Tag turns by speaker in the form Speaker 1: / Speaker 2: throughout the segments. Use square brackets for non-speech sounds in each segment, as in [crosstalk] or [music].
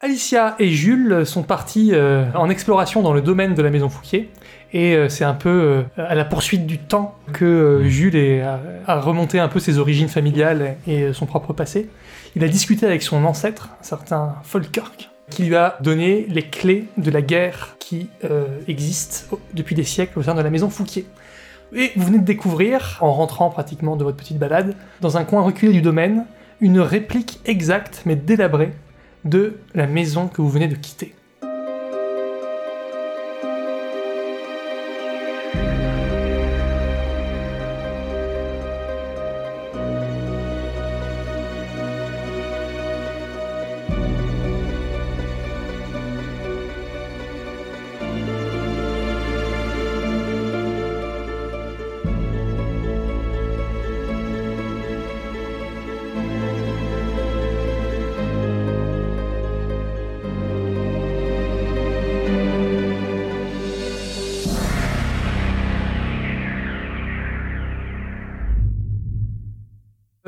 Speaker 1: Alicia et Jules sont partis euh, en exploration dans le domaine de la maison Fouquier. Et euh, c'est un peu euh, à la poursuite du temps que euh, Jules est- a, a remonté un peu ses origines familiales et euh, son propre passé. Il a discuté avec son ancêtre, un certain Folkirk, qui lui a donné les clés de la guerre qui euh, existe au- depuis des siècles au sein de la maison Fouquier. Et vous venez de découvrir, en rentrant pratiquement de votre petite balade, dans un coin reculé du domaine, une réplique exacte mais délabrée de la maison que vous venez de quitter.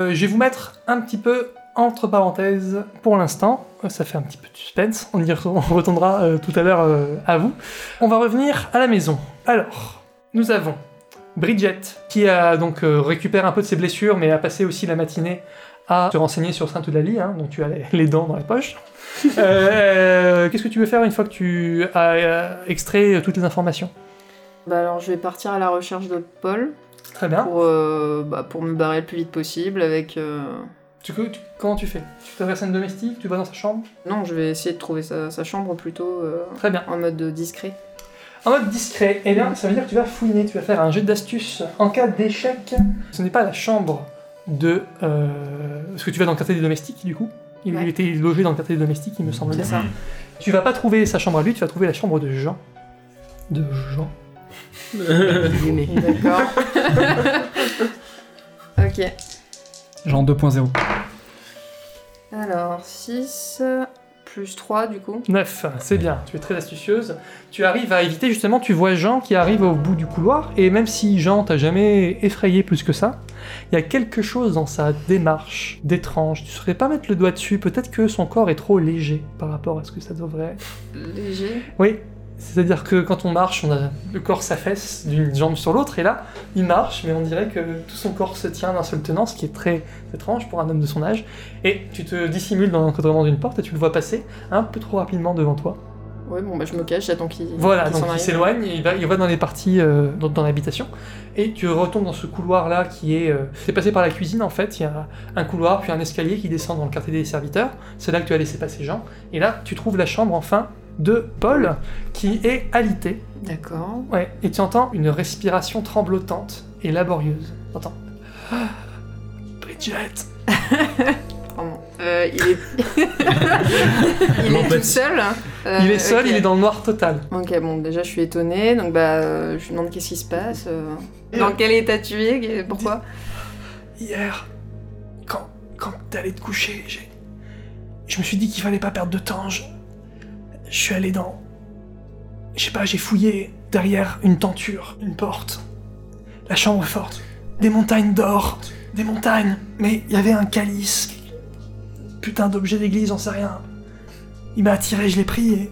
Speaker 1: Euh, je vais vous mettre un petit peu entre parenthèses pour l'instant. Euh, Ça fait un petit peu de suspense. On y re- [laughs] on retournera euh, tout à l'heure euh, à vous. On va revenir à la maison. Alors, nous avons Bridget qui a donc euh, récupéré un peu de ses blessures, mais a passé aussi la matinée à se renseigner sur sainte eulalie hein, donc tu as les- les dents dans les poches. Euh, euh, Qu'est-ce que tu veux faire une fois que tu as euh, extrait toutes les informations
Speaker 2: Bah alors je vais partir à la recherche de Paul
Speaker 1: Très bien.
Speaker 2: pour, euh, bah, pour me barrer le plus vite possible avec... euh,
Speaker 1: Tu, tu- comment tu fais Tu t'adresses à une domestique Tu vas dans sa chambre
Speaker 2: Non, je vais essayer de trouver sa, sa chambre plutôt euh,
Speaker 1: Très bien.
Speaker 2: en mode discret.
Speaker 1: En mode discret, eh bien, ça veut dire que tu vas fouiner, tu vas faire un jet d'astuce. En cas d'échec, ce n'est pas la chambre de... euh, parce que tu vas dans le quartier des domestiques, du coup. Il
Speaker 2: Ouais.
Speaker 1: était logé dans le quartier des domestiques, il me semble
Speaker 2: C'est
Speaker 1: bien. [laughs]
Speaker 2: ça.
Speaker 1: Tu vas pas trouver sa chambre à lui, tu vas trouver la chambre de Jean. De Jean.
Speaker 2: D'accord. [laughs] ok.
Speaker 3: Genre 2.0.
Speaker 2: Alors 6 plus 3 du coup.
Speaker 1: 9, c'est bien, tu es très astucieuse. Tu arrives à éviter justement, tu vois Jean qui arrive au bout du couloir, et même si Jean t'a jamais effrayé plus que ça, il y a quelque chose dans sa démarche d'étrange. Tu ne saurais pas mettre le doigt dessus, peut-être que son corps est trop léger par rapport à ce que ça devrait être.
Speaker 2: Léger.
Speaker 1: Oui, c'est-à-dire que quand on marche, on a le corps s'affaisse d'une jambe sur l'autre, et là, il marche, mais on dirait que tout son corps se tient d'un seul tenant, ce qui est très étrange pour un homme de son âge. Et tu te dissimules dans l'encadrement d'une porte et tu le vois passer un peu trop rapidement devant toi.
Speaker 2: Ouais, bon bah je me cache, j'attends qu'il
Speaker 1: Voilà,
Speaker 2: qu'il
Speaker 1: donc
Speaker 2: s'en
Speaker 1: il
Speaker 2: aille.
Speaker 1: s'éloigne, il va, il va dans les parties, euh, dans, dans l'habitation, et tu retombes dans ce couloir-là qui est... euh, T'es passé par la cuisine en fait, il y a un couloir, puis un escalier qui descend dans le quartier des serviteurs, c'est là que tu as laissé passer Jean, et là tu trouves la chambre enfin de Paul, qui est alité,
Speaker 2: D'accord.
Speaker 1: ouais, et tu entends une respiration tremblotante et laborieuse. T'entends... Ah, Bridget
Speaker 2: Pardon. Euh,
Speaker 1: [laughs]
Speaker 2: il est... [laughs] il est tout seul. Euh,
Speaker 1: Il est seul,
Speaker 2: ok.
Speaker 1: il est dans le noir total.
Speaker 2: Ok, bon, déjà je suis étonnée, donc bah euh, je me demande qu'est-ce qui se passe, euh, dans quel état tu es, qu'est- pourquoi
Speaker 1: Hier, quand, quand t'allais te coucher, j'ai- je me suis dit qu'il fallait pas perdre de temps. Je, je suis allé dans. Je sais pas, j'ai fouillé derrière une tenture, une porte, la chambre forte, des montagnes d'or, des montagnes. Mais il y avait un calice, putain d'objet d'église, j'en sais rien. Il m'a attiré, je l'ai pris et.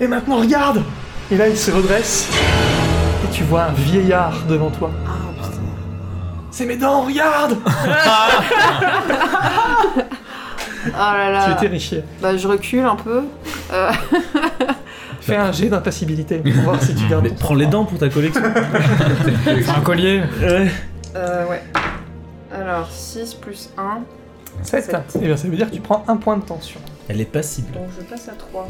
Speaker 1: Et maintenant, regarde Et là, il se redresse, et tu vois un vieillard devant toi.
Speaker 2: Ah putain.
Speaker 1: C'est mes dents, regarde
Speaker 2: Oh là
Speaker 1: Tu es
Speaker 2: là.
Speaker 1: terrifié.
Speaker 2: Bah je recule un peu. Euh,
Speaker 1: Fais un jet d'impassibilité pour voir si tu gardes.
Speaker 4: Mais
Speaker 1: ton
Speaker 4: prends les
Speaker 1: sang-froid.
Speaker 4: dents pour ta
Speaker 5: [laughs]
Speaker 4: collection.
Speaker 3: Un collier.
Speaker 4: Ouais.
Speaker 2: euh, ouais. Alors 6 plus 1,
Speaker 1: Sept.
Speaker 2: Sept.
Speaker 1: Eh bien, ça veut dire que tu prends un point de tension.
Speaker 4: Elle est passible.
Speaker 2: donc je passe à 3.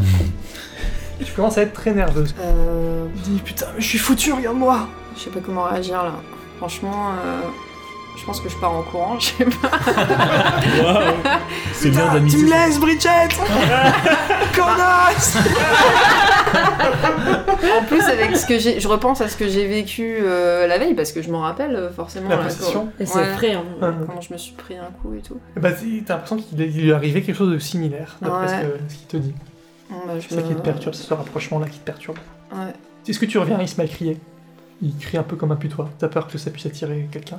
Speaker 1: Tu commences à être très nerveuse.
Speaker 2: Euh,
Speaker 1: Tu dis putain, mais je suis foutu, regarde-moi
Speaker 2: je sais pas comment réagir là. Franchement, euh, je pense que je pars en courant, je sais pas.
Speaker 4: Waouh C'est bien
Speaker 1: Putain, Tu
Speaker 4: d'amiser.
Speaker 1: me laisses, Bridget [laughs] Connasse
Speaker 2: En plus avec ce que j'ai, je repense à ce que j'ai vécu euh, la veille parce que je m'en rappelle euh, forcément.
Speaker 1: La
Speaker 2: là,
Speaker 1: possession
Speaker 6: Et c'est
Speaker 2: Ouais.
Speaker 6: frais, hein.
Speaker 1: Euh,
Speaker 2: quand- Comment je me suis pris un coup et tout.
Speaker 1: Bah, t'es- t'as l'impression qu'il est- il lui est arrivé quelque chose de similaire, d'après
Speaker 2: Ouais.
Speaker 1: ce que- ce qu'il te dit.
Speaker 2: Bon, bah, je
Speaker 1: C'est ça qui
Speaker 2: me-
Speaker 1: te perturbe, c'est ce rapprochement-là qui te perturbe.
Speaker 2: Ouais.
Speaker 1: Est-ce que tu reviens, il se met à crier Il crie un peu comme un putois. T'as peur que ça puisse attirer quelqu'un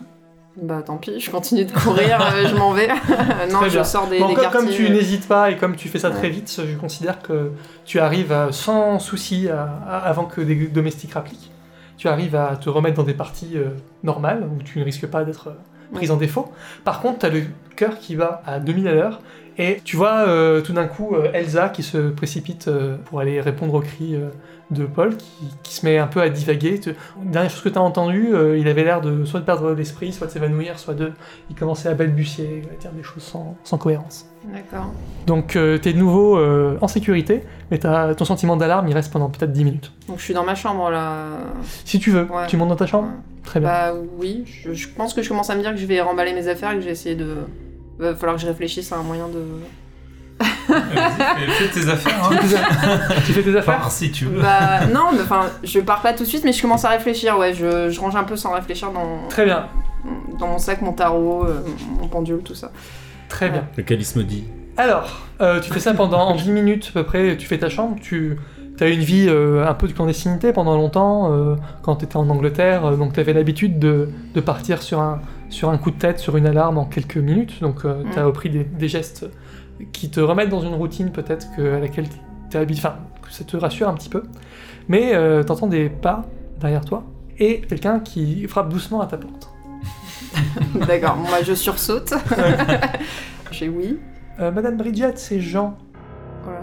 Speaker 2: Bah tant pis, je continue de courir, euh, je m'en vais. [laughs] non,
Speaker 1: Très
Speaker 2: je
Speaker 1: bien.
Speaker 2: sors des,
Speaker 1: Bon,
Speaker 2: des
Speaker 1: comme, comme
Speaker 2: quartiers. euh.
Speaker 1: tu n'hésites pas et comme tu fais ça
Speaker 2: Ouais.
Speaker 1: très vite, je considère que tu arrives à- sans souci, à- à- avant que des domestiques rappliquent, tu arrives à te remettre dans des parties euh, normales où tu ne risques pas d'être euh, prise en défaut. Par contre, tu as le cœur qui va à 2000 à l'heure et tu vois euh, tout d'un coup euh, Elsa qui se précipite euh, pour aller répondre aux cris euh, de Paul qui, qui se met un peu à divaguer. Te- Dernière chose que tu as entendue, euh, il avait l'air de soit de perdre l'esprit, soit de s'évanouir, soit de. Il commençait à balbutier, à dire des choses sans- sans cohérence.
Speaker 2: euh, D'accord.
Speaker 1: Donc euh, t'es de nouveau euh, en sécurité, mais t'as- ton sentiment d'alarme il reste pendant peut-être 10 minutes.
Speaker 2: Donc je suis dans ma chambre là.
Speaker 1: Si tu veux,
Speaker 2: Ouais.
Speaker 1: tu montes dans ta chambre
Speaker 2: Ouais.
Speaker 1: Très bien.
Speaker 2: Bah oui, je, je pense que je commence à me dire que je vais remballer mes affaires et que je vais essayer de. Va falloir que je réfléchisse à un moyen de.
Speaker 6: Vas-y, fais- fais tes affaires.
Speaker 1: Tu
Speaker 6: Hein.
Speaker 1: fais tes affaires- tu fais tes affaires
Speaker 2: [laughs]
Speaker 6: Pars si tu
Speaker 1: [laughs]
Speaker 6: veux.
Speaker 2: Bah non, mais enfin, je pars pas tout de suite, mais je commence à réfléchir, ouais, je, je range un peu sans réfléchir dans,
Speaker 1: Très bien,
Speaker 2: dans mon sac, mon tarot, euh, mon pendule,
Speaker 1: [laughs]
Speaker 2: tout ça.
Speaker 1: très bien.
Speaker 4: Le calice me dit.
Speaker 1: Alors, euh, tu fais ça pendant [laughs] en 10 minutes à peu près, tu fais ta chambre, tu as une vie euh, un peu de clandestinité pendant longtemps, euh, quand t'étais en Angleterre, euh, donc t'avais l'habitude de, de partir sur un, sur un coup de tête, sur une alarme en quelques minutes, donc euh,
Speaker 2: Mm.
Speaker 1: t'as repris des, des gestes qui te remettent dans une routine peut-être que, à laquelle t'es habitué, enfin, que ça te rassure un petit peu, mais euh, t'entends des pas derrière toi et quelqu'un qui frappe doucement à ta porte.
Speaker 2: D'accord, moi je sursaute. [laughs] J'ai oui.
Speaker 1: Euh, Madame Bridget, c'est Jean,
Speaker 2: Voilà.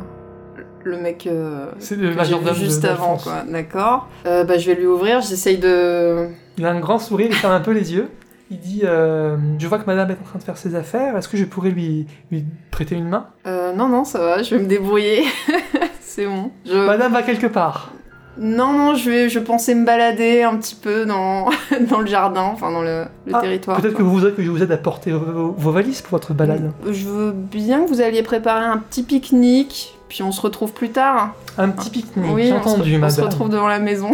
Speaker 2: Le mec euh,
Speaker 1: c'est le
Speaker 2: que j'ai
Speaker 1: majordome
Speaker 2: vu
Speaker 1: de-
Speaker 2: juste
Speaker 1: de la
Speaker 2: avant,
Speaker 1: France.
Speaker 2: quoi. D'accord. Euh, bah je vais lui ouvrir, j'essaye de.
Speaker 1: Il a un grand sourire, il ferme un peu les yeux. Il dit euh, Je vois que madame est en train de faire ses affaires, est-ce que je pourrais lui, lui prêter une main
Speaker 2: Euh, non, non, ça va, je vais me débrouiller. [laughs] C'est bon. Je...
Speaker 1: Madame va quelque part.
Speaker 2: Non, non, je, vais, je pensais me balader un petit peu dans, [laughs] dans le jardin, enfin dans le, le
Speaker 1: Ah,
Speaker 2: territoire.
Speaker 1: Peut-être que vous voudrez que je vous aide à porter vos, vos valises pour votre balade.
Speaker 2: Je veux bien que vous alliez préparer un petit pique-nique, puis on se retrouve plus tard.
Speaker 1: Un petit pique-nique,
Speaker 2: Ah. oui,
Speaker 1: j'ai
Speaker 2: on se-
Speaker 1: entendu,
Speaker 2: on se
Speaker 1: madame.
Speaker 2: retrouve devant la maison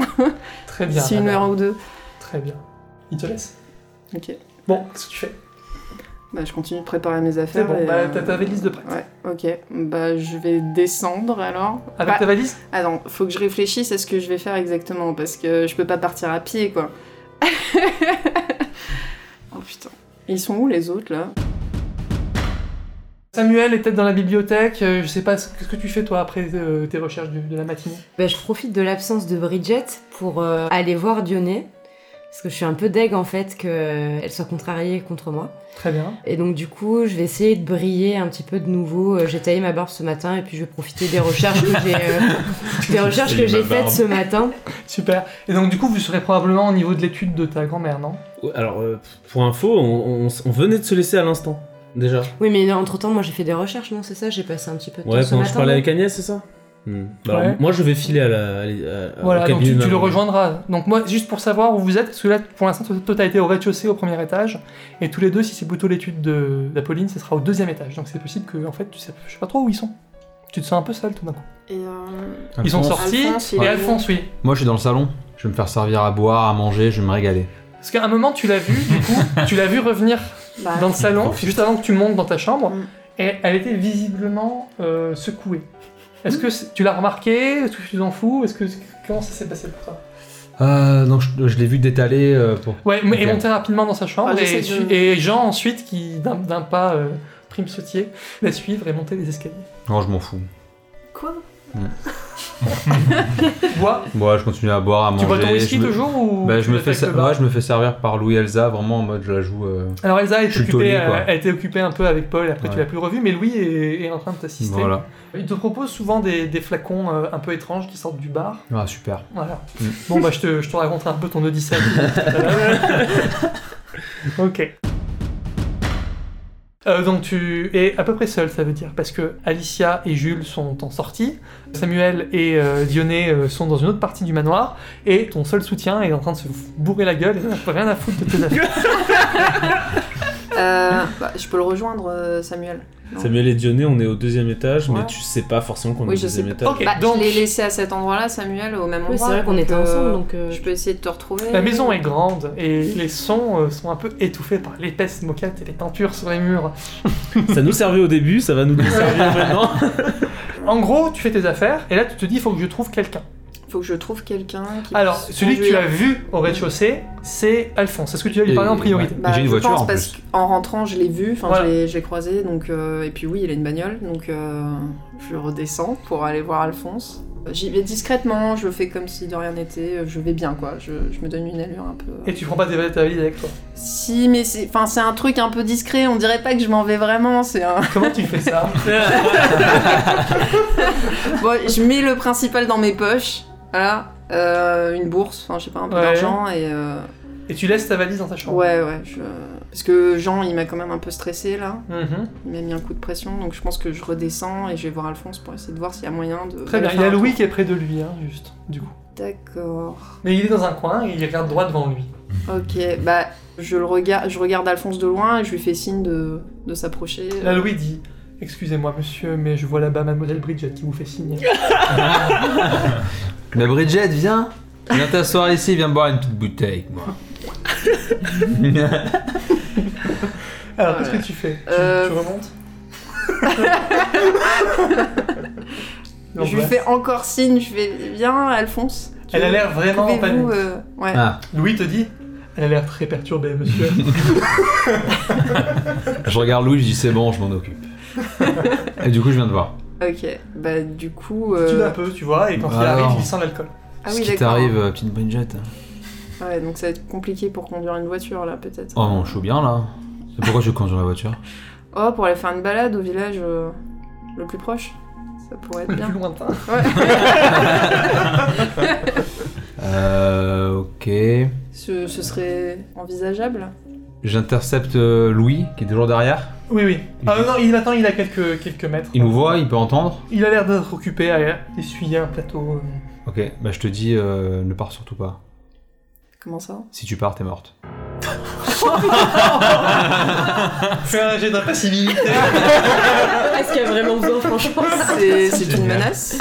Speaker 1: Très
Speaker 2: [laughs]
Speaker 1: bien.
Speaker 2: d'ici une
Speaker 1: madame.
Speaker 2: heure ou deux.
Speaker 1: Très bien. Il te laisse
Speaker 2: Ok.
Speaker 1: Bon, qu'est-ce que tu fais
Speaker 2: Bah, je continue de préparer mes
Speaker 1: C'est
Speaker 2: affaires.
Speaker 1: bon,
Speaker 2: et,
Speaker 1: bah,
Speaker 2: euh,
Speaker 1: t'as ta valise de prête.
Speaker 2: Ouais, ok. Bah, je vais descendre alors.
Speaker 1: Avec
Speaker 2: Bah,
Speaker 1: ta valise
Speaker 2: Attends, faut que je réfléchisse à ce que je vais faire exactement, parce que je peux pas partir à pied, [laughs] quoi. oh putain. Ils sont où les autres, là
Speaker 1: Samuel est peut-être dans la bibliothèque, euh, je sais pas, ce- qu'est-ce que tu fais toi après euh, tes recherches du- de la matinée
Speaker 7: Bah, je profite de l'absence de Bridget pour euh, aller voir Dionée. Parce que je suis un peu deg en fait qu'elle soit contrariée contre moi.
Speaker 1: Très bien.
Speaker 7: Et donc du coup, je vais essayer de briller un petit peu de nouveau. Euh, J'ai taillé ma barbe ce matin et puis je vais profiter des recherches que
Speaker 4: [laughs]
Speaker 7: j'ai euh, des recherches que
Speaker 6: Taillé ma
Speaker 7: j'ai faites
Speaker 6: barbe.
Speaker 7: ce matin.
Speaker 1: Super. Et donc du coup, vous serez probablement au niveau de l'étude de ta grand-mère, non
Speaker 4: Alors, euh, pour info, on, on- on venait de se laisser à l'instant. Déjà.
Speaker 7: Oui, mais entre temps, moi j'ai fait des recherches, non C'est ça J'ai passé un petit peu de temps
Speaker 4: Ouais,
Speaker 7: ce
Speaker 4: quand
Speaker 7: matin.
Speaker 4: je parlais avec Agnès, c'est ça Hmm. Bah, alors,
Speaker 1: Ouais.
Speaker 4: Moi, je vais filer à la. à la- euh, à- au
Speaker 1: Voilà, donc
Speaker 4: cabinet
Speaker 1: tu,
Speaker 4: de
Speaker 1: tu le
Speaker 4: ma-
Speaker 1: rejoindras. Donc moi, juste pour savoir où vous êtes, parce que là, pour l'instant, toi, t'as été au rez-de-chaussée, au premier étage, et tous les deux, si c'est plutôt l'étude de- d'Apolline, ce sera au deuxième étage. Donc c'est possible que, en fait, tu sais, je sais pas trop où ils sont. Tu te sens un peu seul tout d'un coup.
Speaker 2: Et euh,
Speaker 1: Ils sont
Speaker 5: Alphonse.
Speaker 1: sortis,
Speaker 2: Alphonse, il
Speaker 1: et
Speaker 2: est
Speaker 1: Alphonse, oui.
Speaker 5: Moi, je suis dans le salon. Je vais me faire servir à boire, à manger, je vais me régaler.
Speaker 1: Parce qu'à un moment, tu l'as vu, du coup, tu l'as vu revenir
Speaker 2: bah,
Speaker 1: dans le salon, juste avant que tu montes dans ta chambre,
Speaker 2: Mm.
Speaker 1: et elle était visiblement euh, secouée. Est-ce que c'est- tu l'as remarqué Est-ce que tu t'en fous Est-ce que comment ça s'est passé pour toi
Speaker 5: Euh, non, je, je l'ai vu détaler euh, pour.
Speaker 1: Ouais, mais- et
Speaker 5: Ok.
Speaker 1: monter rapidement dans sa chambre.
Speaker 2: Ah,
Speaker 1: et,
Speaker 2: j'essaie de-
Speaker 1: su- et Jean, ensuite, qui d'un- d'un pas euh, prime sautier, [laughs] la suivre et monter les escaliers.
Speaker 5: Non, je m'en fous.
Speaker 2: Quoi
Speaker 1: Bois.
Speaker 5: Moi, je continue à boire, à manger.
Speaker 1: tu bois ton whisky
Speaker 5: je me-
Speaker 1: toujours ou
Speaker 5: Bah,
Speaker 1: tu
Speaker 5: je me
Speaker 1: le
Speaker 5: fais,
Speaker 1: fais
Speaker 5: ser-
Speaker 1: avec le bar
Speaker 5: ouais, je me fais servir par Louis Elsa, vraiment en mode je la joue. euh,
Speaker 1: Alors Elsa
Speaker 5: je
Speaker 1: est
Speaker 5: suis le
Speaker 1: occupée,
Speaker 5: taulier, quoi.
Speaker 1: euh, elle était occupée un peu avec Paul, après tu
Speaker 5: Ouais.
Speaker 1: l'as plus revu, mais Louis est, est en train de t'assister.
Speaker 5: Voilà.
Speaker 1: Il te propose souvent des, des flacons euh, un peu étranges qui sortent du bar.
Speaker 5: Ah, super.
Speaker 1: Voilà.
Speaker 5: Mm.
Speaker 1: Bon, bah, je te, je te raconterai un peu ton odyssée. ok. Euh, donc tu es à peu près seul, ça veut dire, parce que Alicia et Jules sont en sortie, Samuel et euh, Dionée euh, sont dans une autre partie du manoir, et ton seul soutien est en train de se bourrer la gueule, et n'a rien à foutre de tes affaires.
Speaker 2: Euh, bah, je peux le rejoindre, euh, Samuel.
Speaker 4: Samuel et Dionée, on est au deuxième étage,
Speaker 2: Ouais.
Speaker 4: mais tu sais pas forcément qu'on est
Speaker 2: Oui,
Speaker 4: au
Speaker 2: je sais
Speaker 4: deuxième
Speaker 1: pas.
Speaker 4: étage.
Speaker 1: Ok,
Speaker 2: bah,
Speaker 1: donc-
Speaker 2: Je l'ai laissé à cet endroit-là, Samuel, au même endroit.
Speaker 7: Oui, c'est vrai qu'on
Speaker 2: donc,
Speaker 7: était
Speaker 2: euh,
Speaker 7: ensemble, donc euh,
Speaker 2: Je peux essayer de te retrouver.
Speaker 1: La maison est grande, et les sons euh, sont un peu étouffés par l'épaisse moquette et les peintures sur les murs.
Speaker 4: Ça nous servait au début, ça va nous servir maintenant.
Speaker 1: En gros, tu fais tes affaires, et là tu te dis, il faut que je trouve quelqu'un.
Speaker 2: Faut que je trouve quelqu'un qui
Speaker 1: Alors,
Speaker 2: puisse
Speaker 1: celui que tu
Speaker 2: conduire.
Speaker 1: as vu au rez-de-chaussée, c'est Alphonse. Est-ce que tu vas lui parler
Speaker 5: Et-
Speaker 1: en priorité
Speaker 5: ouais.
Speaker 2: Bah,
Speaker 5: J'ai une
Speaker 2: je
Speaker 5: voiture,
Speaker 2: pense,
Speaker 5: en
Speaker 2: parce
Speaker 5: plus.
Speaker 2: qu'en rentrant, je l'ai vu, enfin,
Speaker 1: Voilà.
Speaker 2: je l'ai- je l'ai croisé, donc, euh, et puis oui, il a une bagnole, donc euh, je redescends pour aller voir Alphonse. J'y vais discrètement, je fais comme si de rien n'était, je vais bien, quoi. Je, je me donne une allure un peu.
Speaker 1: Et tu prends pas tes- ta valise avec toi.
Speaker 2: Si, mais c'est enfin, c'est un truc un peu discret, on dirait pas que je m'en vais vraiment,
Speaker 1: [laughs]
Speaker 2: c'est un.
Speaker 1: Comment tu fais ça
Speaker 2: Bon, je mets le principal dans mes poches, voilà, euh, une bourse, enfin, je sais pas, un peu
Speaker 1: Ouais.
Speaker 2: d'argent, et. euh,
Speaker 1: Et tu laisses ta valise dans ta chambre.
Speaker 2: Ouais, ouais, je... parce que Jean, il m'a quand même un peu stressé là.
Speaker 1: Mhm.
Speaker 2: Il m'a mis un coup de pression, donc je pense que je redescends et je vais voir Alphonse pour essayer de voir s'il y a moyen de.
Speaker 1: Très bien.
Speaker 2: de
Speaker 1: Il y a
Speaker 2: faire un
Speaker 1: Louis
Speaker 2: tour.
Speaker 1: qui est près de lui, hein, juste, du coup.
Speaker 2: D'accord.
Speaker 1: Mais il est dans un coin et il regarde droit devant lui.
Speaker 2: Ok, bah je le regarde, je regarde Alphonse de loin et je lui fais signe de, de s'approcher.
Speaker 1: Là, Louis dit Excusez-moi, monsieur, mais je vois là-bas Mademoiselle Bridget qui vous fait signe.
Speaker 5: [laughs] Mais Bridget, viens Viens t'asseoir ici, viens boire une petite bouteille avec moi.
Speaker 1: Alors, qu'est-ce
Speaker 2: Voilà.
Speaker 1: que tu fais Tu-
Speaker 2: Euh,
Speaker 1: Tu remontes Donc,
Speaker 2: je lui
Speaker 1: ouais.
Speaker 2: fais encore signe, je vais bien Alphonse.
Speaker 1: Elle a l'air vraiment en panique.
Speaker 2: Pouvez-vous, euh, Ouais.
Speaker 5: Ah,
Speaker 1: Louis te dit Elle a l'air très perturbée,
Speaker 2: [laughs]
Speaker 1: monsieur.
Speaker 5: je regarde Louis, je dis c'est bon, je m'en occupe. Et du coup, je viens te voir.
Speaker 2: Ok, bah du coup.
Speaker 1: Tu
Speaker 2: euh,
Speaker 1: l'as un peu, tu vois, et quand il
Speaker 5: Alors.
Speaker 1: arrive, il sent l'alcool.
Speaker 2: Ah
Speaker 5: Ce
Speaker 2: oui,
Speaker 5: qui
Speaker 2: d'accord.
Speaker 5: t'arrive, euh, petite Bridget
Speaker 2: Ouais, donc ça va être compliqué pour conduire une voiture là, peut-être.
Speaker 5: Oh non, je suis bien là. C'est pourquoi je conduis la voiture
Speaker 2: Oh, pour aller faire une balade au village euh, le plus proche. Ça pourrait être
Speaker 1: Le plus
Speaker 2: bien.
Speaker 1: lointain.
Speaker 5: Euh, ok.
Speaker 2: Ce, ce serait envisageable.
Speaker 5: J'intercepte euh, Louis, qui est toujours derrière.
Speaker 1: Oui, oui. Ah, non, il attend, il a quelques, quelques mètres.
Speaker 5: Il nous voit, il peut entendre.
Speaker 1: Il a l'air d'être occupé à essuyer un plateau. euh.
Speaker 5: Ok, bah je te dis, euh, ne pars surtout pas.
Speaker 2: Comment ça
Speaker 5: Si tu pars, t'es morte.
Speaker 1: [laughs] Fais un jet d'impassibilité.
Speaker 7: Est-ce qu'il y a vraiment besoin, [laughs] franchement
Speaker 2: C'est c'est une menace.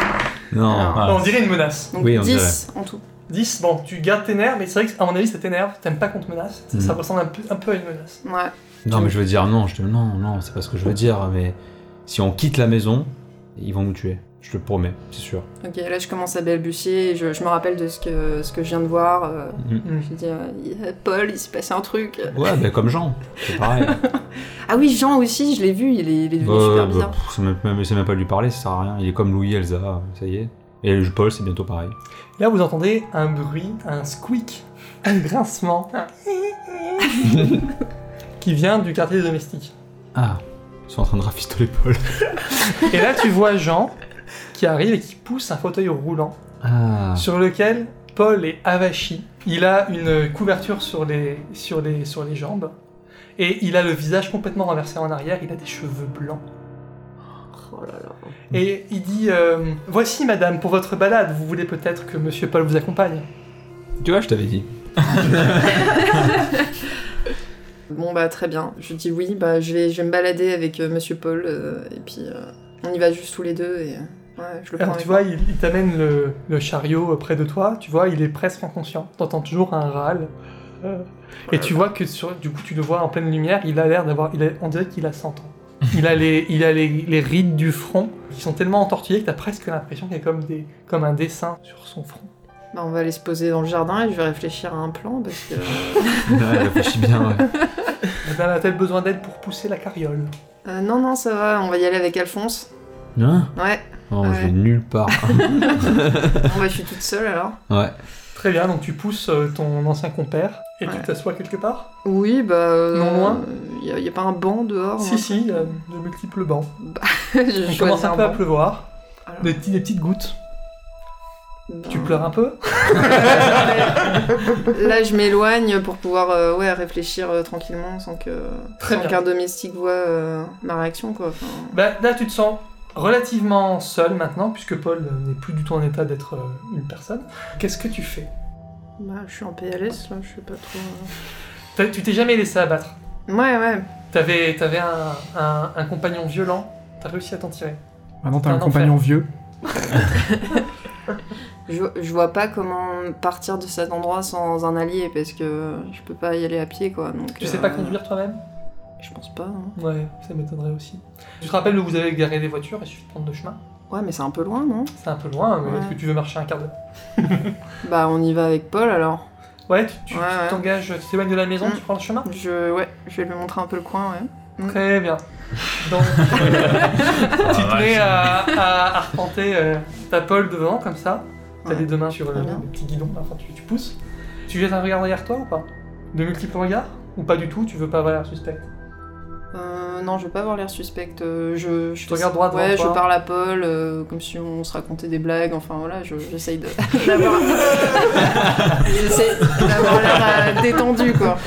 Speaker 5: Non.
Speaker 2: Alors,
Speaker 5: ah.
Speaker 1: On dirait une menace.
Speaker 2: Donc
Speaker 5: Oui, on
Speaker 2: 10 en tout.
Speaker 1: 10, bon, tu gardes tes nerfs, mais c'est vrai que, à mon avis, ça t'énerve. T'aimes pas qu'on te menace. Ça, ça
Speaker 5: Mm.
Speaker 1: ressemble un peu, un peu à une menace.
Speaker 2: Ouais.
Speaker 5: Non, mais je veux dire non, je te... non, non, c'est pas ce que je veux dire, mais si on quitte la maison, ils vont nous tuer. Je te le promets, c'est sûr.
Speaker 2: Ok, là je commence à balbutier et je, je me rappelle de ce que, ce que je viens de voir. euh,
Speaker 1: Mm.
Speaker 2: Je dis, euh, il- euh, Paul, il s'est passé un truc.
Speaker 5: Ouais, bah comme Jean, c'est pareil.
Speaker 2: Ah oui, Jean aussi, je l'ai vu, il est, [laughs] il est devenu
Speaker 5: Bah,
Speaker 2: super
Speaker 5: bah,
Speaker 2: bizarre.
Speaker 5: pff, c'est même, même- c'est même pas lui parler, ça sert à rien. Il est comme Louis, Elsa, ça y est. Et je- Paul, c'est bientôt pareil.
Speaker 1: Là, vous entendez un bruit, un squeak, un grincement, un [laughs] qui vient du quartier des domestiques.
Speaker 5: Ah, ils sont en train de rafistoler Paul.
Speaker 1: Et là, tu vois Jean qui arrive et qui pousse un fauteuil roulant
Speaker 5: Ah,
Speaker 1: sur lequel Paul est avachi. Il a une couverture sur les, sur les, sur les jambes et il a le visage complètement renversé en arrière. Il a des cheveux blancs.
Speaker 7: Oh là là.
Speaker 1: Et il dit euh, Voici, madame, pour votre balade, vous voulez peut-être que monsieur Paul vous accompagne
Speaker 5: tu vois, je t'avais dit.
Speaker 2: Bon bah très bien. Je dis oui, bah je vais, je vais me balader avec euh, Monsieur Paul euh, et puis euh, on y va juste tous les deux et euh, ouais, je le
Speaker 1: Alors,
Speaker 2: prends. avec
Speaker 1: tu vois, il, il t'amène le, le chariot euh, près de toi, tu vois, il est presque inconscient. T'entends toujours un râle. Euh, Et tu vois que sur- du coup, tu le vois en pleine lumière, il a l'air d'avoir. il a- On dirait qu'il a 100 ans. [laughs] Il a, les, il a les, les rides du front qui sont tellement entortillées que t'as presque l'impression qu'il y a comme, des, comme un dessin sur son front.
Speaker 2: Bah, on va aller se poser dans le jardin et je vais réfléchir à un plan parce que.
Speaker 5: Ouais, réfléchis bien, ouais.
Speaker 1: Madame a-t-elle ben, besoin d'aide pour pousser la carriole
Speaker 2: Euh, non, non, ça va, on va y aller avec Alphonse.
Speaker 5: Hein
Speaker 2: Ouais,
Speaker 5: Non, je
Speaker 2: Ouais.
Speaker 5: vais nulle part.
Speaker 2: bon, bah, je suis toute seule alors.
Speaker 5: ouais.
Speaker 1: Très bien, donc tu pousses euh, ton ancien compère et tu
Speaker 2: Ouais.
Speaker 1: t'assois quelque part
Speaker 2: Oui, bah. euh,
Speaker 1: Non loin
Speaker 2: y a, y a pas un banc dehors hein.
Speaker 1: Si, si, il y a de multiples bancs.
Speaker 2: Oh, [laughs] je
Speaker 1: Il
Speaker 2: choisis
Speaker 1: commence un peu à
Speaker 2: banc.
Speaker 1: pleuvoir,
Speaker 2: Alors,
Speaker 1: des, petits- des petites gouttes.
Speaker 2: ben,
Speaker 1: Tu pleures un peu
Speaker 2: [laughs] Là, je m'éloigne pour pouvoir euh, ouais, réfléchir euh, tranquillement sans que.
Speaker 1: Très
Speaker 2: sans
Speaker 1: bien.
Speaker 2: qu'un domestique voit euh, ma réaction, quoi. Enfin,
Speaker 1: Bah, là, tu te sens relativement seul maintenant, puisque Paul euh, n'est plus du tout en état d'être euh, une personne. Qu'est-ce que tu fais
Speaker 2: bah, je suis en PLS là, je sais pas trop. euh.
Speaker 1: T'as- Tu t'es jamais laissé abattre.
Speaker 2: Ouais, ouais.
Speaker 1: T'avais avais un, un- un compagnon violent, t'as réussi à t'en tirer.
Speaker 3: Maintenant, Ah t'as
Speaker 1: Un
Speaker 3: un
Speaker 1: enfer.
Speaker 3: compagnon vieux.
Speaker 2: Je, je vois pas comment partir de cet endroit sans un allié parce que je peux pas y aller à pied, quoi. Donc,
Speaker 1: Tu
Speaker 2: euh,
Speaker 1: sais pas conduire toi-même
Speaker 2: Je pense pas. hein.
Speaker 1: Ouais, ça m'étonnerait aussi. Tu te rappelles où vous avez garé des voitures, il suffit de prendre le chemin.
Speaker 2: Ouais, mais c'est un peu loin, non
Speaker 1: C'est un peu loin, mais
Speaker 2: Ouais.
Speaker 1: est-ce que tu veux marcher un quart d'heure
Speaker 2: Bah, on y va avec Paul alors.
Speaker 1: Ouais, tu tu-
Speaker 2: Ouais, ouais.
Speaker 1: tu t'engages, tu t'éloignes de la maison,
Speaker 2: Mm.
Speaker 1: tu prends le chemin
Speaker 2: Je, ouais, je vais lui montrer un peu le coin, ouais.
Speaker 1: Très bien. Donc,
Speaker 4: Ah,
Speaker 1: tu te mets euh, à, à arpenter euh, ta pole devant, comme ça. T'as
Speaker 2: Ouais.
Speaker 1: les deux mains sur le,
Speaker 2: Très bien.
Speaker 1: le petit guidon, enfin tu, tu pousses. Tu jettes un regard derrière toi ou pas De multiples regards Ou pas du tout Tu veux pas avoir l'air suspect
Speaker 2: Euh, non, je veux pas avoir l'air suspecte. euh, Je, je
Speaker 1: Tu regardes droit devant
Speaker 2: Ouais, je
Speaker 1: toi.
Speaker 2: parle à Paul, euh, comme si on se racontait des blagues. Enfin voilà, je- j'essaye [laughs] de d'avoir. J'essaie d'avoir l'air euh, détendu quoi.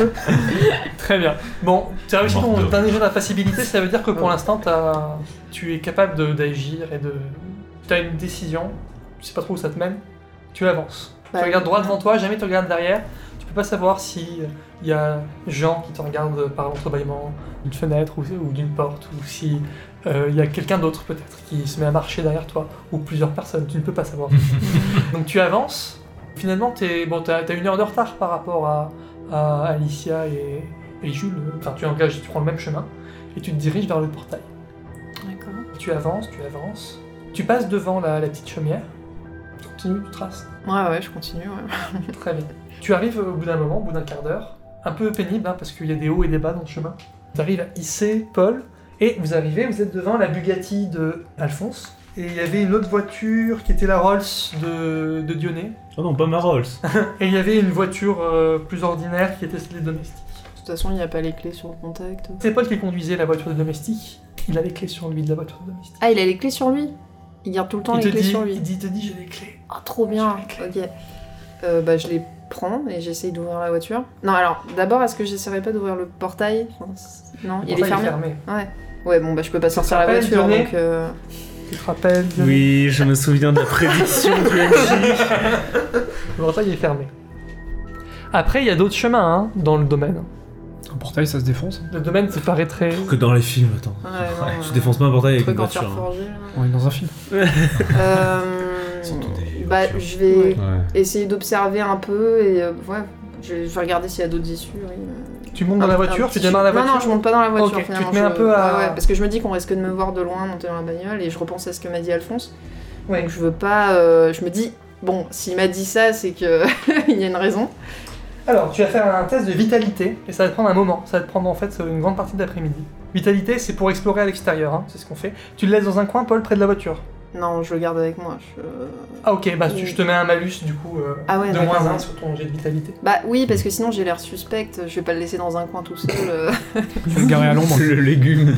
Speaker 1: Très bien. Bon, tu as réussi ton
Speaker 6: Morteau.
Speaker 1: dernier jeu d'infaillibilité, ça veut dire que pour
Speaker 2: Ouais.
Speaker 1: l'instant, t'as- tu es capable de- d'agir et de. Tu as une décision, tu sais pas trop où ça te mène, tu avances.
Speaker 2: Bah,
Speaker 1: tu regardes droit devant toi, jamais tu regardes derrière. Tu peux pas savoir si il y a Jean qui te regarde par l'entrebâillement d'une fenêtre ou, ou d'une porte, ou si euh, il y a quelqu'un d'autre peut-être qui se met à marcher derrière toi, ou plusieurs personnes, tu ne peux pas savoir. Donc tu avances, finalement t'es, bon, t'as, t'as une heure de retard par rapport à, à Alicia et, et Jules, enfin tu engages, tu prends le même chemin, et tu te diriges vers le portail.
Speaker 2: D'accord.
Speaker 1: Tu avances, tu avances, tu passes devant la, la petite chaumière, tu continues, tu traces.
Speaker 2: Ouais ouais, je continue. Ouais.
Speaker 1: Très bien. Tu arrives au bout d'un moment, au bout d'un quart d'heure, un peu pénible hein, parce qu'il y a des hauts et des bas dans le chemin. Tu arrives à hisser Paul et vous arrivez, vous êtes devant la Bugatti de Alphonse. Et il y avait une autre voiture qui était la Rolls de, de Dionnet.
Speaker 4: Oh non, pas ma Rolls.
Speaker 1: Et il y avait une voiture euh, plus ordinaire qui était les domestiques.
Speaker 2: De toute façon, il n'y a pas les clés sur le contact.
Speaker 1: C'est Paul qui conduisait la voiture de domestique. Il a les clés sur lui de la voiture de domestique.
Speaker 2: Ah, il a les clés sur lui. Il garde tout le temps
Speaker 1: il, te
Speaker 2: les clés
Speaker 1: dit,
Speaker 2: sur lui.
Speaker 1: il dit- te dit j'ai les clés.
Speaker 2: Ah trop bien.
Speaker 1: J'ai
Speaker 2: Ok. Euh, bah je les prends et j'essaye d'ouvrir la voiture. Non alors, d'abord, est-ce que j'essaierai pas d'ouvrir le portail Enfin, c'est- Non, il est
Speaker 1: Enfin,
Speaker 2: fermé. Ouais, bon, bah je peux pas sortir la
Speaker 1: rappelles,
Speaker 2: voiture,
Speaker 1: Dionnet
Speaker 2: donc... euh,
Speaker 1: Tu te rappelles Dionnet
Speaker 4: Oui, je me souviens de la prédiction du MJ.
Speaker 1: Le portail est fermé. Après, il y a d'autres chemins hein, dans le domaine.
Speaker 3: Un portail, ça se défonce.
Speaker 1: Le domaine se paraît très.
Speaker 4: [laughs] Que dans les films, attends.
Speaker 2: Ouais, non,
Speaker 4: Tu
Speaker 2: euh,
Speaker 4: défonces pas un portail avec une
Speaker 2: Truc en
Speaker 4: voiture.
Speaker 2: fer
Speaker 4: hein.
Speaker 2: forgé, là.
Speaker 3: On est dans un film.
Speaker 2: Euh,
Speaker 5: Surtout des
Speaker 2: bah,
Speaker 5: voitures.
Speaker 2: je vais
Speaker 5: Ouais.
Speaker 2: essayer d'observer un peu et euh, ouais, je vais je vais regarder s'il y a d'autres issues. oui.
Speaker 1: Tu montes dans la
Speaker 2: Un- un
Speaker 1: voiture, tu
Speaker 2: petit-
Speaker 1: démarres la voiture.
Speaker 2: Non, non, je monte pas dans la voiture.
Speaker 1: Ok, tu te
Speaker 2: finalement,
Speaker 1: mets
Speaker 2: je-
Speaker 1: un peu à-
Speaker 2: Ouais, ouais, parce que je me dis qu'on risque de me voir de loin monter dans la bagnole et je repense à ce que m'a dit Alphonse.
Speaker 1: Ouais.
Speaker 2: Donc je veux pas. euh, je me dis, bon, s'il m'a dit ça, c'est que [laughs] il y a une raison.
Speaker 1: Alors, tu vas faire un test de vitalité, et ça va te prendre un moment. Ça va te prendre en fait une grande partie de l'après-midi. Vitalité, c'est pour explorer à l'extérieur, hein, c'est ce qu'on fait. Tu le laisses dans un coin, Paul, près de la voiture.
Speaker 2: Non, je le garde avec moi. je-
Speaker 1: Ah, ok, bah tu- je te mets un malus du coup euh,
Speaker 2: Ah ouais,
Speaker 1: de
Speaker 2: d'accord,
Speaker 1: moins
Speaker 2: ouais.
Speaker 1: 1 sur ton jet de vitalité.
Speaker 2: Bah oui, parce que sinon j'ai l'air suspecte. Je vais pas le laisser dans un coin tout seul. euh. [laughs]
Speaker 3: Je vais le garer à l'ombre.
Speaker 5: Le légume.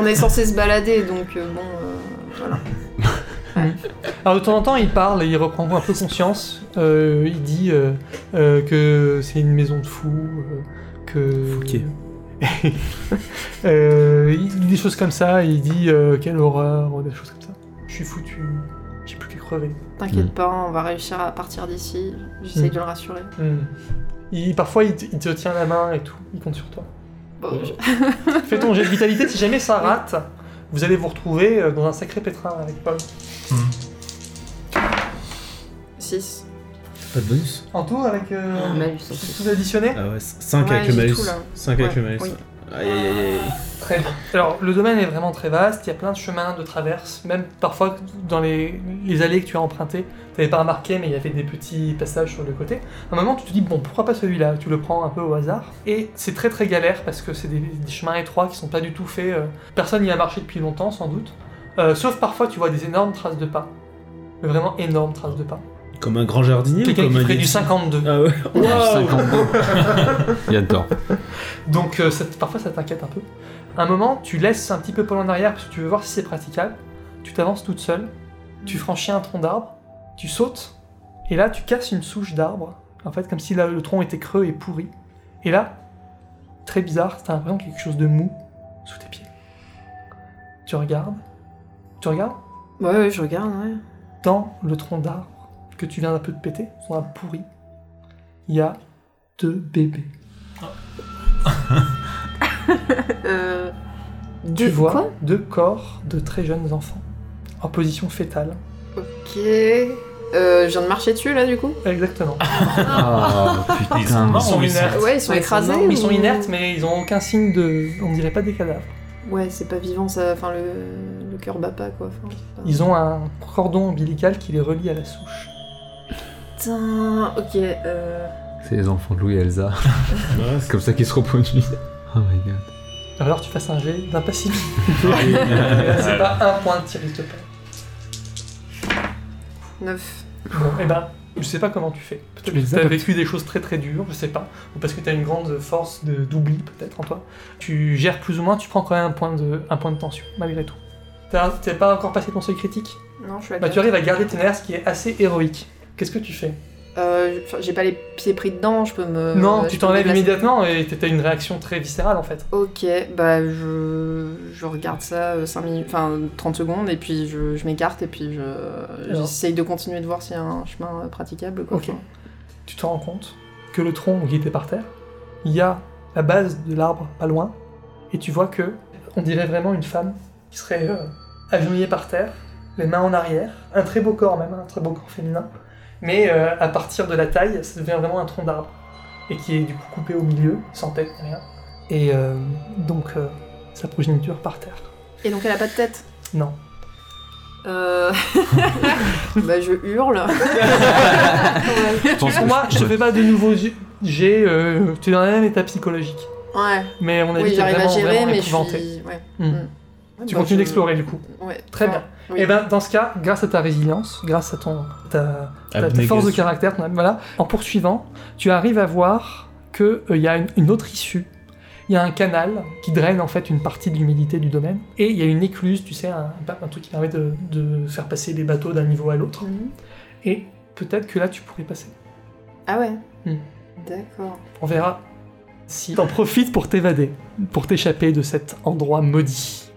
Speaker 2: On est censé se balader, donc euh, bon. euh, voilà.
Speaker 1: Alors, de temps en temps, il parle et il reprend un peu conscience. Euh, il dit euh, euh, que c'est une maison de fous, euh, que.
Speaker 4: Fouquet.
Speaker 1: [laughs] Euh, il dit des choses comme ça, il dit euh, quelle horreur, des choses comme ça. Je suis foutu, j'ai plus qu'à crever.
Speaker 2: T'inquiète
Speaker 5: Mm.
Speaker 2: pas, on va réussir à partir d'ici. J'essaye
Speaker 1: Mm.
Speaker 2: de le rassurer.
Speaker 1: Hmm. Il, parfois, il te, il te tient la main et tout, il compte [laughs] sur toi.
Speaker 2: Bon, je-
Speaker 1: Fais ton jet de vitalité, si jamais ça rate, vous allez vous retrouver euh, dans un sacré pétrin avec Paul.
Speaker 2: Six.
Speaker 4: Pas de bonus
Speaker 1: En tout, avec.
Speaker 7: Un
Speaker 1: Euh,
Speaker 7: malus.
Speaker 1: tout additionné
Speaker 4: Ah ouais, 5
Speaker 2: Ouais,
Speaker 4: avec le
Speaker 2: j'ai
Speaker 4: malus.
Speaker 2: tout, là.
Speaker 4: 5 avec
Speaker 2: Ouais,
Speaker 4: le malus.
Speaker 2: oui.
Speaker 4: Aïe aïe aïe aïe.
Speaker 1: Très bien. Alors, le domaine est vraiment très vaste, il y a plein de chemins, de traverses, même parfois dans les, les allées que tu as empruntées, tu n'avais pas remarqué, mais il y avait des petits passages sur le côté. À un moment, tu te dis, bon, pourquoi pas celui-là Tu le prends un peu au hasard. Et c'est très très galère parce que c'est des, des chemins étroits qui sont pas du tout faits. euh, personne n'y a marché depuis longtemps, sans doute. Euh, sauf parfois, tu vois des énormes traces de pas. Mais Vraiment énormes traces de pas.
Speaker 4: Comme un grand jardinier ou
Speaker 1: Quelqu'un
Speaker 4: comme
Speaker 1: qui
Speaker 4: un
Speaker 1: ferait du
Speaker 4: édifice
Speaker 1: 52.
Speaker 4: Ah ouais. Waouh
Speaker 5: [laughs] 52. Il y a tort.
Speaker 1: Donc euh, ça t- parfois ça t'inquiète un peu. À un moment, tu laisses un petit peu Paul en arrière parce que tu veux voir si c'est praticable. Tu t'avances toute seule, tu franchis un tronc d'arbre, tu sautes, et là tu casses une souche d'arbre, en fait comme si là, le tronc était creux et pourri. Et là, très bizarre, t'as l'impression qu'il y a quelque chose de mou sous tes pieds. Tu regardes, tu regardes
Speaker 2: Ouais, ouais, je regarde, ouais.
Speaker 1: dans le tronc d'arbre que tu viens un peu de péter, son arbre pourri, il y a deux bébés.
Speaker 2: Euh,
Speaker 1: Tu
Speaker 2: deux-
Speaker 1: vois
Speaker 2: quoi
Speaker 1: deux corps de très jeunes enfants en position fétale.
Speaker 2: Ok. Euh, je viens de marcher dessus là du coup
Speaker 1: Exactement.
Speaker 5: Ah
Speaker 6: Ils sont
Speaker 5: putain.
Speaker 6: morts
Speaker 1: sont
Speaker 6: ou ils sont-
Speaker 1: inertes.
Speaker 2: Ouais, ils sont
Speaker 7: Ouais, ils sont
Speaker 2: écrasés.
Speaker 7: morts,
Speaker 1: Ah, Ils sont
Speaker 2: ou-
Speaker 1: inertes, mais ils ont aucun signe de. On dirait pas des cadavres.
Speaker 2: Ouais, c'est pas vivant ça. Enfin, le, le le cœur bat pas, quoi. Enfin, c'est pas-
Speaker 1: Ils ont un cordon ombilical qui les relie à la souche.
Speaker 2: Putain, ok. euh,
Speaker 5: C'est les enfants de Louis et Elsa.
Speaker 4: Ouais,
Speaker 5: C'est comme ça qu'ils se reproduisent. Oh my god.
Speaker 1: Alors tu fasses un jet [laughs] d'impassibilité.
Speaker 4: c'est-
Speaker 1: c'est pas un point de tir, s'il te plaît.
Speaker 2: 9.
Speaker 1: Bon, et ben, je sais pas comment tu fais. Peut-être
Speaker 3: Tu
Speaker 1: que
Speaker 3: les
Speaker 1: t'as
Speaker 3: adoptes.
Speaker 1: vécu des choses très très dures, je sais pas. Ou parce que t'as une grande force de- d'oubli, peut-être, en toi. Tu gères plus ou moins, tu prends quand même un point de, un point de tension, malgré tout. T'as t'as pas encore passé ton seuil critique
Speaker 2: Non, je suis à
Speaker 1: Bah,
Speaker 2: quatre.
Speaker 1: tu arrives à garder tes nerfs, ce qui est assez héroïque. Qu'est-ce que tu fais
Speaker 2: Euh, enfin, j'ai pas les pieds pris dedans, je peux me.
Speaker 1: Non,
Speaker 2: Euh, je
Speaker 1: tu
Speaker 2: peux me
Speaker 1: t'enlèves
Speaker 2: déplacer.
Speaker 1: immédiatement et t'as une réaction très viscérale en fait.
Speaker 2: Ok, bah je, je regarde ça 5 minutes, enfin 30 secondes et puis je, je m'écarte et puis je,
Speaker 1: Alors.
Speaker 2: j'essaye de continuer de voir s'il y a un chemin euh, praticable quoi.
Speaker 1: Ok. Tu te rends compte que le tronc qui était par terre, il y a la base de l'arbre pas loin, et tu vois que on dirait vraiment une femme qui serait euh, agenouillée par terre, les mains en arrière, un très beau corps même, un très beau corps féminin, mais euh, à partir de la taille, ça devient vraiment un tronc d'arbre, et qui est du coup coupé au milieu, sans tête, ni rien, et euh, donc euh, sa progéniture par terre.
Speaker 2: Et donc elle a pas de tête.
Speaker 1: Non.
Speaker 2: Euh... [laughs] bah je
Speaker 1: [laughs]
Speaker 2: hurle.
Speaker 5: Je pense que
Speaker 1: Pour moi, je te fais pas de nouveaux j'ai euh, tu es dans la même état psychologique,
Speaker 2: Ouais.
Speaker 1: mais on a
Speaker 2: Oui,
Speaker 1: dit
Speaker 2: j'arrive à
Speaker 1: vraiment,
Speaker 2: gérer,
Speaker 1: vraiment
Speaker 2: mais je
Speaker 1: épouvanté.
Speaker 2: suis. Ouais.
Speaker 1: Hmm.
Speaker 2: Mm.
Speaker 1: Tu
Speaker 2: Bah,
Speaker 1: continues
Speaker 2: je-
Speaker 1: d'explorer du coup.
Speaker 2: Ouais.
Speaker 1: Très
Speaker 2: Enfin,
Speaker 1: bien.
Speaker 2: oui.
Speaker 1: Et ben dans ce cas, grâce à ta résilience, grâce à ton ta, ta- ta force de caractère, ton- voilà, en poursuivant, tu arrives à voir que il y a une, une autre issue. Il y a un canal qui draine en fait une partie de l'humidité du domaine, et il y a une écluse, tu sais, un, un truc qui permet de, de faire passer les bateaux d'un niveau à l'autre.
Speaker 2: Mhm.
Speaker 1: Et peut-être que là tu pourrais passer.
Speaker 2: Ah ouais.
Speaker 1: Hmm.
Speaker 2: D'accord.
Speaker 1: On verra si t'en profites pour t'évader, pour t'échapper de cet endroit maudit.